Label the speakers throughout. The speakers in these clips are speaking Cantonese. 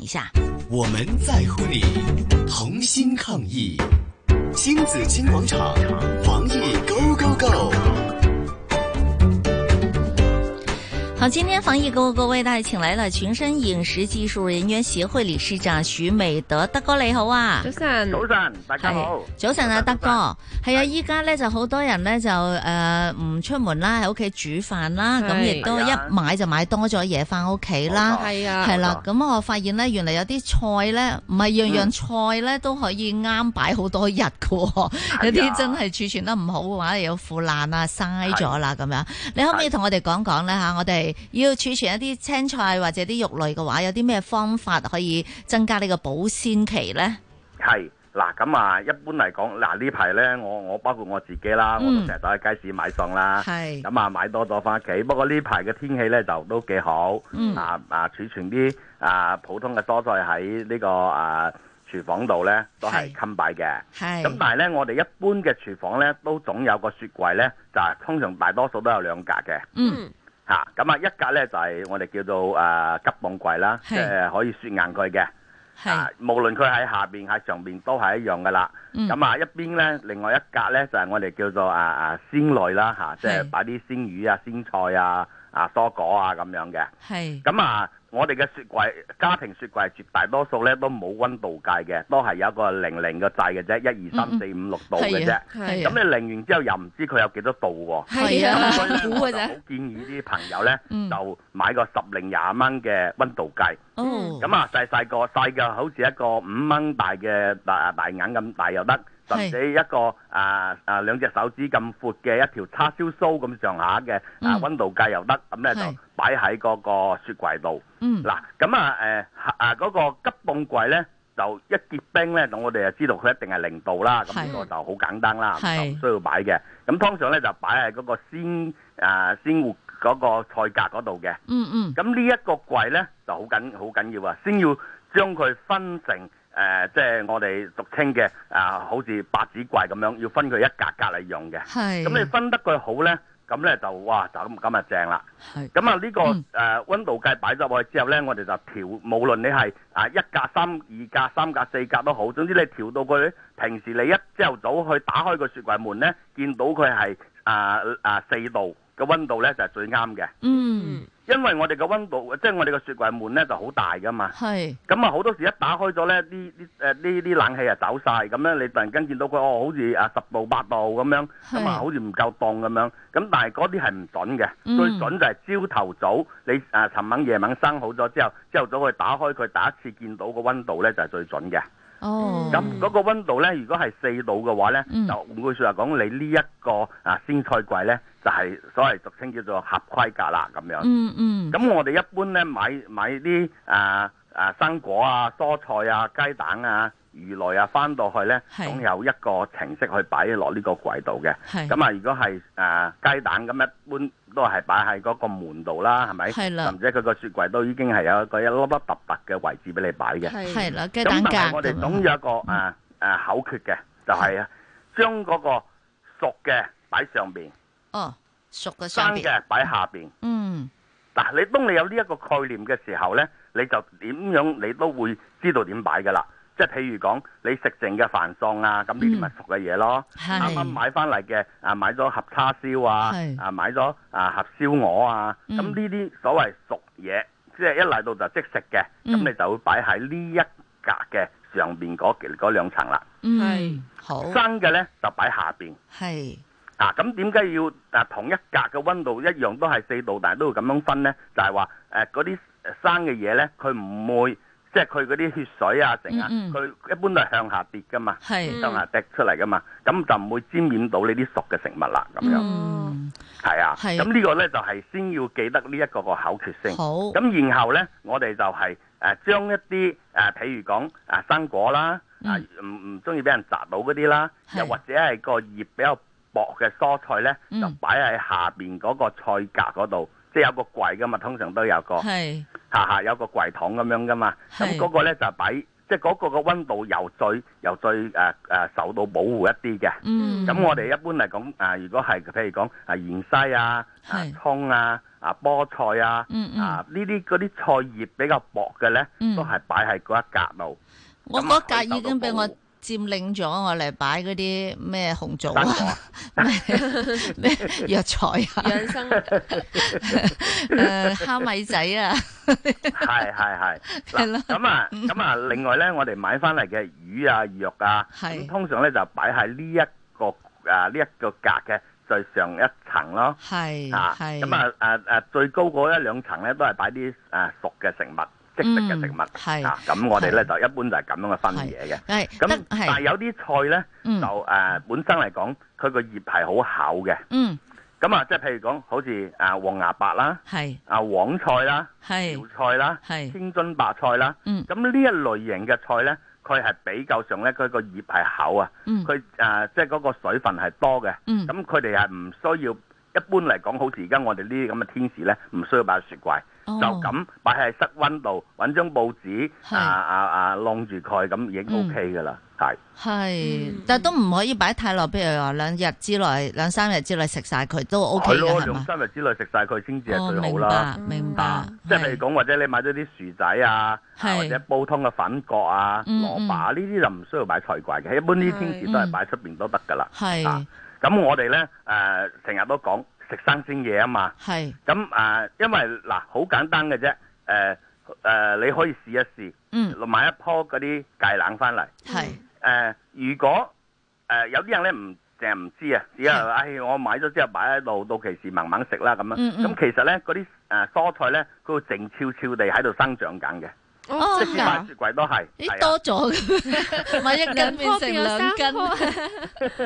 Speaker 1: 一下。
Speaker 2: 我们在乎你，同心抗疫。新紫金广场，防疫 Go Go Go！
Speaker 1: 好，今天防疫 Go Go 为大家请来了全身飲食技術人員協會理事長許美德，德哥你好啊！
Speaker 3: 早晨，
Speaker 4: 早晨，大家好。
Speaker 1: 早晨啊，德哥，係啊，依家咧就好多人咧就誒唔出門啦，喺屋企煮飯啦，咁
Speaker 3: 係
Speaker 1: 亦都一
Speaker 4: 係啊
Speaker 1: 買就買多咗嘢翻屋企啦
Speaker 4: 冇。錯
Speaker 3: 係
Speaker 1: 係
Speaker 3: 啊，
Speaker 1: 啦，咁我發現咧，原來有啲菜咧，唔係樣
Speaker 4: 嗯
Speaker 1: 樣菜咧都可以啱擺好多日嘅喎，
Speaker 4: 啊
Speaker 1: 有啲真係儲存得唔好嘅話，又腐爛啊、嘥咗啦咁樣。你可唔可以同我哋講講咧嚇？我哋要儲存一啲青菜或者啲肉類嘅話，有啲咩方法可以增加呢個保鮮期咧？
Speaker 4: 係嗱，咁啊，一般嚟講，嗱呢排呢，我我包括我自己啦，我
Speaker 1: 嗯
Speaker 4: 都成日都喺街市買餸啦。
Speaker 1: 係，
Speaker 4: 咁啊，買多咗翻屋企。不過呢排嘅天氣呢，就都幾好，
Speaker 1: 嗯
Speaker 4: 啊啊，儲存啲啊普通嘅蔬菜喺呢、個啊廚房度呢，都係
Speaker 1: 係
Speaker 4: 襟擺嘅。咁啊
Speaker 1: 係，
Speaker 4: 但係呢，我哋一般嘅廚房呢，都總有個雪櫃呢，就係、通常大多數都有兩格嘅。
Speaker 1: 嗯，
Speaker 4: 嚇，咁啊一格呢，就係、我哋叫做啊急凍櫃啦，
Speaker 1: 係
Speaker 4: 即係可以雪硬佢嘅。
Speaker 1: 係
Speaker 4: 啊，，無論佢喺下邊喺上邊都係一樣噶啦。
Speaker 1: 嗯，
Speaker 4: 咁啊，一邊咧，另外一格咧就係、我哋叫做啊啊鮮類啦嚇，即係
Speaker 1: 係
Speaker 4: 擺啲鮮魚啊、鮮菜啊、啊蔬果啊咁樣嘅。
Speaker 1: 係，
Speaker 4: 咁啊，我哋嘅雪櫃家庭雪櫃絕大多數咧都冇温度計嘅，都係有一個零零個掣嘅啫，一二三四五六度嘅
Speaker 1: 係
Speaker 4: 啫
Speaker 1: 啊。，
Speaker 4: 咁
Speaker 1: 係啊，
Speaker 4: 你零完之後又唔知佢有幾多度 喎、
Speaker 3: 係啊
Speaker 4: 所以咧，
Speaker 3: 估
Speaker 4: 我
Speaker 3: 嘅
Speaker 4: 就好
Speaker 3: 啫，
Speaker 4: 建議啲朋友咧，
Speaker 1: 嗯
Speaker 4: 就買個十零廿蚊嘅温度計。
Speaker 1: 哦，
Speaker 4: 咁啊，細細個細嘅好似一個五蚊大嘅大大眼咁大又得，
Speaker 1: 係
Speaker 4: 甚至一個啊啊兩隻手指咁闊嘅一條叉燒酥咁上下嘅啊
Speaker 1: 嗯
Speaker 4: 温度計又得，咁咧
Speaker 1: 係
Speaker 4: 就擺喺嗰個雪櫃度。
Speaker 1: 嗯，
Speaker 4: 嗱，咁啊誒啊嗰個急凍櫃咧。就一結冰咧，咁我哋就知道佢一定係零度啦。咁
Speaker 1: 係
Speaker 4: 呢個就好簡單啦，就
Speaker 1: 係
Speaker 4: 唔需要擺嘅。咁通常咧就擺喺嗰個鮮啊鮮活嗰個菜格嗰度嘅。
Speaker 1: 嗯嗯，
Speaker 4: 咁呢一個櫃呢，就好緊好緊要啊！先要將佢分成誒、呃即係我哋俗稱嘅啊，好似百子櫃咁樣，要分佢一格格嚟用嘅。
Speaker 1: 係，
Speaker 4: 咁你分得佢好呢，咁呢就哇就咁咁啊正啦！
Speaker 1: 係，
Speaker 4: 咁啊呢個
Speaker 1: 嗯
Speaker 4: 誒温度計擺咗入去之後呢，我哋就調，無論你係啊一格、三二格、三格、四格都好，總之你調到佢平時你一朝頭早去打開個雪櫃門呢，見到佢係啊啊四度嘅温度呢，就係最啱嘅。
Speaker 1: 嗯，
Speaker 4: 因為我哋嘅温度，即係我哋嘅雪櫃門咧就好大噶嘛，
Speaker 1: 係，
Speaker 4: 咁啊好多時一打開咗咧，啲啲誒呢啲冷氣啊走晒，咁樣你突然間見到佢哦，好似啊十度八度咁樣，咁
Speaker 1: 係
Speaker 4: 啊好似唔夠凍咁樣，咁但係嗰啲係唔準嘅，
Speaker 1: 嗯
Speaker 4: 最準就係朝頭早你啊尋晚夜晚生好咗之後，朝頭早去打開佢第一次見到個温度咧就係最準嘅。
Speaker 1: 哦，
Speaker 4: 咁嗰個温度咧，如果係四度嘅話咧，
Speaker 1: 嗯
Speaker 4: 就換句説話講，你呢一個啊鮮菜櫃咧就係、所謂俗稱叫做合規格啦咁樣。
Speaker 1: 嗯嗯，
Speaker 4: 咁我哋一般咧買買啲啊啊生果啊、蔬菜啊、雞蛋啊、魚類啊，翻到去咧，
Speaker 1: 係
Speaker 4: 總有一個程式去擺落呢個櫃度嘅。
Speaker 1: 係，
Speaker 4: 咁啊，如果係啊雞蛋咁，一般都係擺喺嗰個門度啦，係咪？
Speaker 1: 係啦
Speaker 4: 甚至佢個雪櫃都已經係有一個一粒粒凸凸嘅位置俾你擺嘅。
Speaker 1: 係啦，雞蛋
Speaker 4: 咁但嗯係
Speaker 1: 格
Speaker 4: 我哋
Speaker 1: 咁
Speaker 4: 總
Speaker 1: 樣，
Speaker 4: 有一個啊啊口訣嘅，就係啊將嗰個熟嘅擺上邊，
Speaker 1: 哦，熟嘅
Speaker 4: 生
Speaker 1: 上邊，
Speaker 4: 嘅擺下邊。
Speaker 1: 嗯，
Speaker 4: 嗱，你當你有呢一個概念嘅時候呢，你就點樣你都會知道點擺噶啦。即係譬如講，你食剩嘅飯餸啊，咁呢啲咪熟嘅嘢咯。
Speaker 1: 嗯係，
Speaker 4: 啱啱買翻嚟嘅啊，買咗盒叉燒啊
Speaker 1: 係，
Speaker 4: 啊買咗啊盒燒鵝啊，
Speaker 1: 嗯
Speaker 4: 咁呢啲所謂熟嘢，即係一嚟到就即食嘅，
Speaker 1: 嗯
Speaker 4: 咁你就會擺喺呢一格嘅上邊嗰嗰兩層啦。
Speaker 1: 嗯
Speaker 3: 係，
Speaker 1: 好，
Speaker 4: 生嘅呢，就擺下邊。
Speaker 1: 係，
Speaker 4: 啊，咁點解要啊同一格嘅温度一樣都係四度，但係都要咁樣分呢？就係話誒嗰啲生嘅嘢呢，佢唔會即係佢嗰啲血水啊成啊，
Speaker 1: 嗯嗯
Speaker 4: 佢、一般都係向下跌噶嘛，
Speaker 1: 係，
Speaker 4: 向下滴出嚟噶嘛，咁就唔會沾染到你啲熟嘅食物啦。
Speaker 1: Ừ.
Speaker 4: 咁樣
Speaker 1: 嗯，
Speaker 4: 係、啊，
Speaker 1: 係
Speaker 4: 咁呢個呢，就係、先要記得呢一個個口訣先。
Speaker 1: 好，
Speaker 4: 咁然後呢，我哋就係、誒將一啲誒、譬如講啊生果啦，
Speaker 1: 嗯
Speaker 4: 啊唔唔中意俾人摘到嗰啲啦，
Speaker 1: 係
Speaker 4: 又或者係個葉比較薄嘅蔬菜呢，
Speaker 1: 嗯
Speaker 4: 就擺喺下邊嗰個菜格嗰度，即係有個櫃噶嘛，通常都有個
Speaker 1: 係，
Speaker 4: 下下有個櫃桶咁樣噶嘛，
Speaker 1: 係
Speaker 4: 咁嗰個呢，就擺，即係嗰個個温度由最由最誒誒、受到保護一啲嘅。
Speaker 1: 嗯，
Speaker 4: 咁我哋一般嚟講，啊，如果係譬如講啊芫茜啊、啊
Speaker 1: 係
Speaker 4: 葱啊、啊啊菠菜啊，
Speaker 1: 嗯嗯
Speaker 4: 啊呢啲嗰啲菜葉比較薄嘅咧，
Speaker 1: 嗯
Speaker 4: 都係擺喺嗰一格度。
Speaker 1: 我
Speaker 4: 咁啊
Speaker 1: 嗰格已經俾我
Speaker 4: 可以
Speaker 1: 佔領咗，我嚟擺嗰啲咩紅棗
Speaker 4: 生果
Speaker 1: 啊，咩藥材啊，
Speaker 3: 養生哦
Speaker 1: 诶蝦米仔啊，
Speaker 4: 係係係。
Speaker 1: 係咯
Speaker 4: 嗱咁啊咁啊，另外咧，我哋買翻嚟嘅魚啊肉啊，咁
Speaker 1: 係
Speaker 4: 通常咧就擺喺呢一個啊呢一個格嘅最上一層咯。
Speaker 1: 係
Speaker 4: 啊，
Speaker 1: 嗯係
Speaker 4: 咁啊啊啊，最高嗰一兩層咧，都係擺啲啊熟嘅食物，即食嘅食物。
Speaker 1: 嗯係
Speaker 4: 啊，咁我哋咧
Speaker 1: 係
Speaker 4: 就一般就係咁樣嘅分嘢嘅。
Speaker 1: 係得
Speaker 4: 咁但係
Speaker 1: 係
Speaker 4: 有啲菜咧，就
Speaker 1: 嗯
Speaker 4: 誒、啊本身嚟講，佢個葉係好厚嘅。
Speaker 1: 嗯
Speaker 4: 咁啊，即係譬如講，好似啊黃芽白啦、
Speaker 1: 係
Speaker 4: 啊黃菜啦、苗
Speaker 1: 係
Speaker 4: 菜啦、
Speaker 1: 係
Speaker 4: 青津白菜啦，
Speaker 1: 嗯
Speaker 4: 咁呢一類型嘅菜咧，佢係比較上咧，佢個葉係厚啊，
Speaker 1: 嗯
Speaker 4: 佢啊即係嗰個水分係多嘅。
Speaker 1: 嗯
Speaker 4: 咁佢哋係唔需要，一般嚟講，好似而家我哋呢啲咁嘅天使咧，唔需要擺喺雪櫃，
Speaker 1: 哦
Speaker 4: 就咁擺喺室温度，揾張報紙
Speaker 1: 係
Speaker 4: 啊啊啊晾住佢，咁已經
Speaker 1: 嗯
Speaker 4: OK 噶啦，係
Speaker 1: 係
Speaker 3: 嗯，
Speaker 1: 但都唔可以擺太耐，譬如話兩日之內、兩三日之內食晒佢都 O K
Speaker 4: 係咯，
Speaker 1: 嘅係
Speaker 4: 兩
Speaker 1: 嘛？
Speaker 4: 三日之內食晒佢先至係
Speaker 1: 哦，
Speaker 4: 最好
Speaker 1: 明
Speaker 4: 啦。
Speaker 1: 白明
Speaker 3: 嗯
Speaker 1: 白
Speaker 4: 啊，，即係譬如講，或者你買咗啲薯仔啊，啊
Speaker 1: 係
Speaker 4: 或者煲湯嘅粉角啊、
Speaker 1: 嗯
Speaker 4: 蘿蔔啊呢啲就唔需要擺菜櫃嘅，一般呢啲天時都係擺出邊都得㗎啦。
Speaker 1: 係
Speaker 4: 啊咁我哋呢，誒成日都講食生鮮嘢啊嘛，
Speaker 1: 係
Speaker 4: 咁啊、因為嗱好簡單嘅啫，誒、誒、你可以試一
Speaker 1: 嗯
Speaker 4: 試買一棵嗰啲芥蘭翻嚟，誒、
Speaker 1: 係
Speaker 3: 嗯
Speaker 4: 如果誒、有啲人呢唔淨係唔知啊，只係
Speaker 1: 係
Speaker 4: 話唉我買咗之後擺喺度，到期時慢慢食啦咁樣。
Speaker 1: 嗯
Speaker 4: 咁
Speaker 1: 嗯，
Speaker 4: 其實咧，嗰啲誒蔬菜咧，佢會靜悄悄地喺度生長緊嘅，
Speaker 1: 哦
Speaker 4: 即
Speaker 1: 真
Speaker 4: 使
Speaker 1: 㗎
Speaker 4: 擺雪櫃都係。
Speaker 1: 咦
Speaker 4: 係啊，
Speaker 1: 多咗
Speaker 3: 啊
Speaker 1: 嘅，買一斤變成兩斤，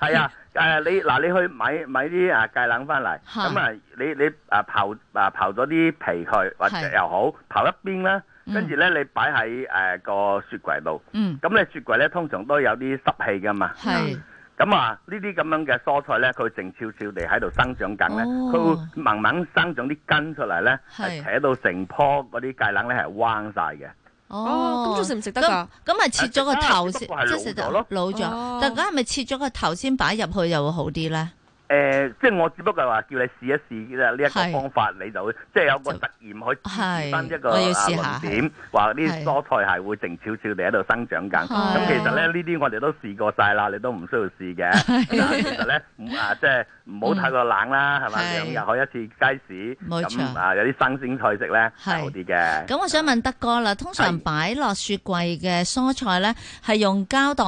Speaker 4: 係啊，誒你嗱，你去買買啲啊芥蘭翻嚟，
Speaker 1: 嚇
Speaker 4: 咁啊你你啊刨啊刨咗啲皮佢，或者
Speaker 1: 係
Speaker 4: 又好刨一邊啦，
Speaker 1: 嗯
Speaker 4: 跟住咧你擺喺誒個雪櫃度，
Speaker 1: 嗯
Speaker 4: 咁你雪櫃咧通常都有啲濕氣噶嘛，
Speaker 3: 嗯
Speaker 1: 係
Speaker 4: 咁啊呢啲咁樣嘅蔬菜咧，佢靜悄悄地喺度生長緊咧，
Speaker 1: 哦
Speaker 4: 佢會慢慢生長啲根出嚟咧，
Speaker 1: 係
Speaker 4: 係扯到成棵嗰啲芥蘭咧係彎晒嘅。
Speaker 3: 哦，咁仲食唔食得㗎？
Speaker 1: 咁咪切咗個頭先，
Speaker 4: 誒食得
Speaker 1: 即係食
Speaker 4: 啊
Speaker 1: 到
Speaker 4: 不過係老咗咯
Speaker 1: 老咗
Speaker 3: 哦。
Speaker 1: 但係咪切咗個頭先擺入去又會好啲咧？
Speaker 4: 誒、呃即係我只不過係話叫你試一試呢一
Speaker 1: 係
Speaker 4: 個方法，你就會即係有個
Speaker 1: 就
Speaker 4: 實驗去
Speaker 1: 係
Speaker 4: 支持翻一個
Speaker 1: 我
Speaker 4: 啊
Speaker 1: 要試下
Speaker 4: 論點，話
Speaker 1: 係
Speaker 4: 啲蔬菜係會靜悄悄地喺度生長緊。
Speaker 1: 係
Speaker 4: 咁其實咧，呢啲我哋都試過晒啦，你都唔需要試嘅。啊其實咧，唔啊即係唔好太過冷啦，係咪？
Speaker 1: 嗯係
Speaker 4: 兩日去一次街市，
Speaker 1: 冇錯
Speaker 4: 咁啊有啲生鮮菜食咧
Speaker 1: 係
Speaker 4: 係好啲嘅。
Speaker 1: 咁我想問德哥啦，通常
Speaker 4: 係
Speaker 1: 擺落雪櫃嘅蔬菜咧，係用膠袋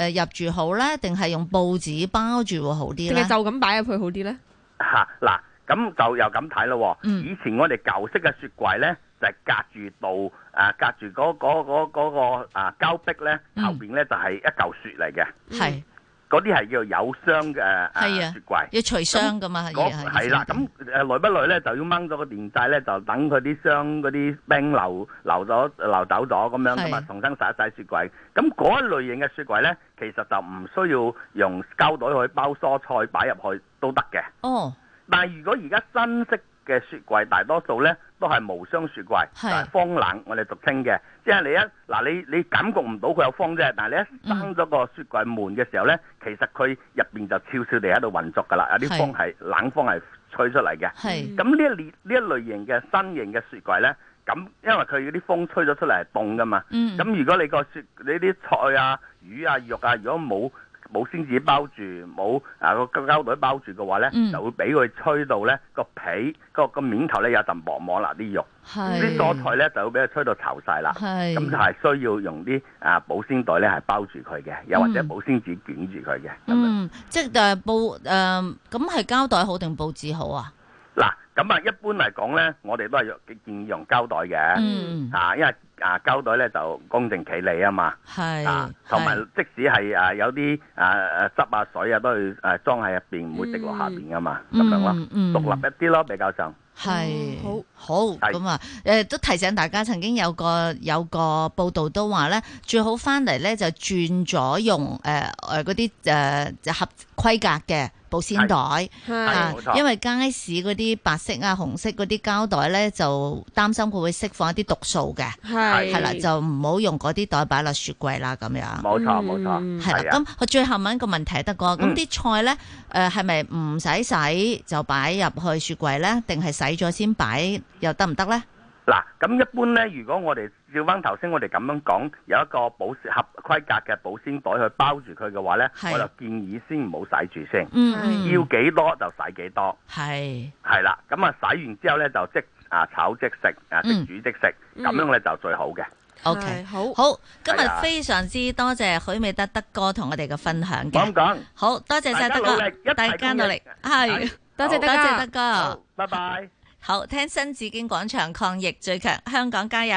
Speaker 1: 诶入住好咧，定係用報紙包住會好啲
Speaker 3: 定
Speaker 1: 咧
Speaker 3: 係？就咁擺入去好啲咧？
Speaker 4: 嚇嗱，咁就又咁睇咯喎。
Speaker 1: 嗯
Speaker 4: 以前我哋舊式嘅雪櫃咧，就係、隔住度啊，隔住嗰嗰嗰嗰個啊膠壁咧，
Speaker 1: 嗯
Speaker 4: 後邊咧就係一嚿雪嚟嘅，
Speaker 1: 係
Speaker 4: 嗰啲係叫有箱嘅啊
Speaker 1: 係啊
Speaker 4: 雪櫃。
Speaker 1: 要除霜噶嘛？
Speaker 4: 嗰
Speaker 1: 而係
Speaker 4: 係啦，咁誒耐不耐咧就要掹咗個電掣咧，就等佢啲霜嗰啲冰流流咗流走咗咁樣，
Speaker 1: 係
Speaker 4: 咁啊重新撒一晒雪櫃。咁嗰一類型嘅雪櫃咧，其實就唔需要用膠袋去包蔬菜擺入去都得嘅。
Speaker 1: 哦，
Speaker 4: 但係如果而家新式嘅雪櫃，大多數咧都係無霜雪櫃，
Speaker 1: 係
Speaker 4: 就係風冷，我哋俗稱嘅。即係你一嗱，你你感覺唔到佢有風啫，但係你一閂咗個雪櫃門嘅時候咧，其實佢入邊就悄悄地喺度運作㗎啦，有啲
Speaker 1: 係
Speaker 4: 風係冷風係吹出嚟嘅。
Speaker 1: 係
Speaker 3: 嗯
Speaker 4: 咁呢一列呢一類型嘅新型嘅雪櫃咧，咁因為佢嗰啲風吹咗出嚟係凍㗎嘛。
Speaker 1: 嗯，
Speaker 4: 咁如果你個雪你啲菜啊、魚啊、肉啊，如果冇冇先至包住，冇啊個膠袋包住嘅話咧，
Speaker 1: 嗯
Speaker 4: 就會俾佢吹到咧個皮個個面頭咧有陣薄膜啦，啲肉啲
Speaker 1: 係
Speaker 4: 蔬菜咧就會俾佢吹到巢晒啦。
Speaker 1: 係
Speaker 4: 咁就係需要用啲啊保鮮袋咧係包住佢嘅，又或者
Speaker 1: 嗯
Speaker 4: 保鮮紙捲住佢嘅。咁啊樣
Speaker 1: 嗯，即係誒報誒，咁係膠袋好定報紙好啊？
Speaker 4: 嗱，咁啊一般嚟講咧，我哋都係用建議用膠袋嘅，
Speaker 1: 嗯，
Speaker 4: 啊，因為啊膠袋咧就公正企理啊嘛。啊
Speaker 1: 係，，
Speaker 4: 同埋即使係啊有啲啊啊汁啊水啊都要啊裝喺入邊，唔會滴落下邊噶嘛，咁樣咯，
Speaker 1: 嗯嗯
Speaker 4: 獨立一啲咯，比較上
Speaker 1: 係
Speaker 3: 哦
Speaker 1: 好咁啊！誒都提醒大家，曾經有個有個報道都話咧，最好翻嚟咧就轉咗用誒誒嗰啲誒盒規格嘅保鮮袋。
Speaker 3: 係
Speaker 1: 啊
Speaker 4: 冇，錯
Speaker 1: 因為街市嗰啲白色啊、紅色嗰啲膠袋咧，就擔心佢會釋放一啲毒素嘅，
Speaker 3: 係
Speaker 1: 係啦，就唔好用嗰啲袋擺落雪櫃啦，咁樣。
Speaker 4: 冇錯冇
Speaker 3: 嗯
Speaker 4: 錯，
Speaker 1: 係
Speaker 4: 係
Speaker 1: 啦，
Speaker 4: 啊，
Speaker 1: 咁我最後問一個問題得個，咁
Speaker 4: 嗯
Speaker 1: 啲菜咧，誒係咪唔使洗就擺入去雪櫃咧？定係洗咗先擺又得唔得咧？
Speaker 4: 嗱，咁一般咧，如果我哋照翻頭先我哋咁樣講，有一個保鮮合規格嘅保鮮袋去包住佢嘅話咧，
Speaker 1: 係
Speaker 4: 我就建議先唔好洗住先，
Speaker 1: 嗯，
Speaker 4: 要幾多就洗幾多。
Speaker 1: 係
Speaker 4: 係啦，咁啊洗完之後咧就即啊炒即食，啊即
Speaker 1: 嗯
Speaker 4: 煮即食，
Speaker 3: 嗯
Speaker 4: 咁樣咧就最好嘅。
Speaker 1: ，OK，
Speaker 3: 好，
Speaker 1: 好，今
Speaker 4: 係
Speaker 1: 日
Speaker 4: 啊
Speaker 1: 非常之多謝許美德德哥同我哋嘅分享
Speaker 4: 我
Speaker 1: 嘅，
Speaker 4: 咁講，
Speaker 1: 好嗯多謝晒
Speaker 4: 大家
Speaker 1: 德
Speaker 4: 努力一
Speaker 1: 哥，
Speaker 4: 齊
Speaker 1: 大家努力，係
Speaker 3: 多謝
Speaker 1: 多
Speaker 3: 大
Speaker 1: 謝
Speaker 3: 家
Speaker 1: 德
Speaker 4: 好
Speaker 1: 哥，
Speaker 4: 拜拜。
Speaker 1: 好聽新紫荊廣場抗疫最強，香港加油！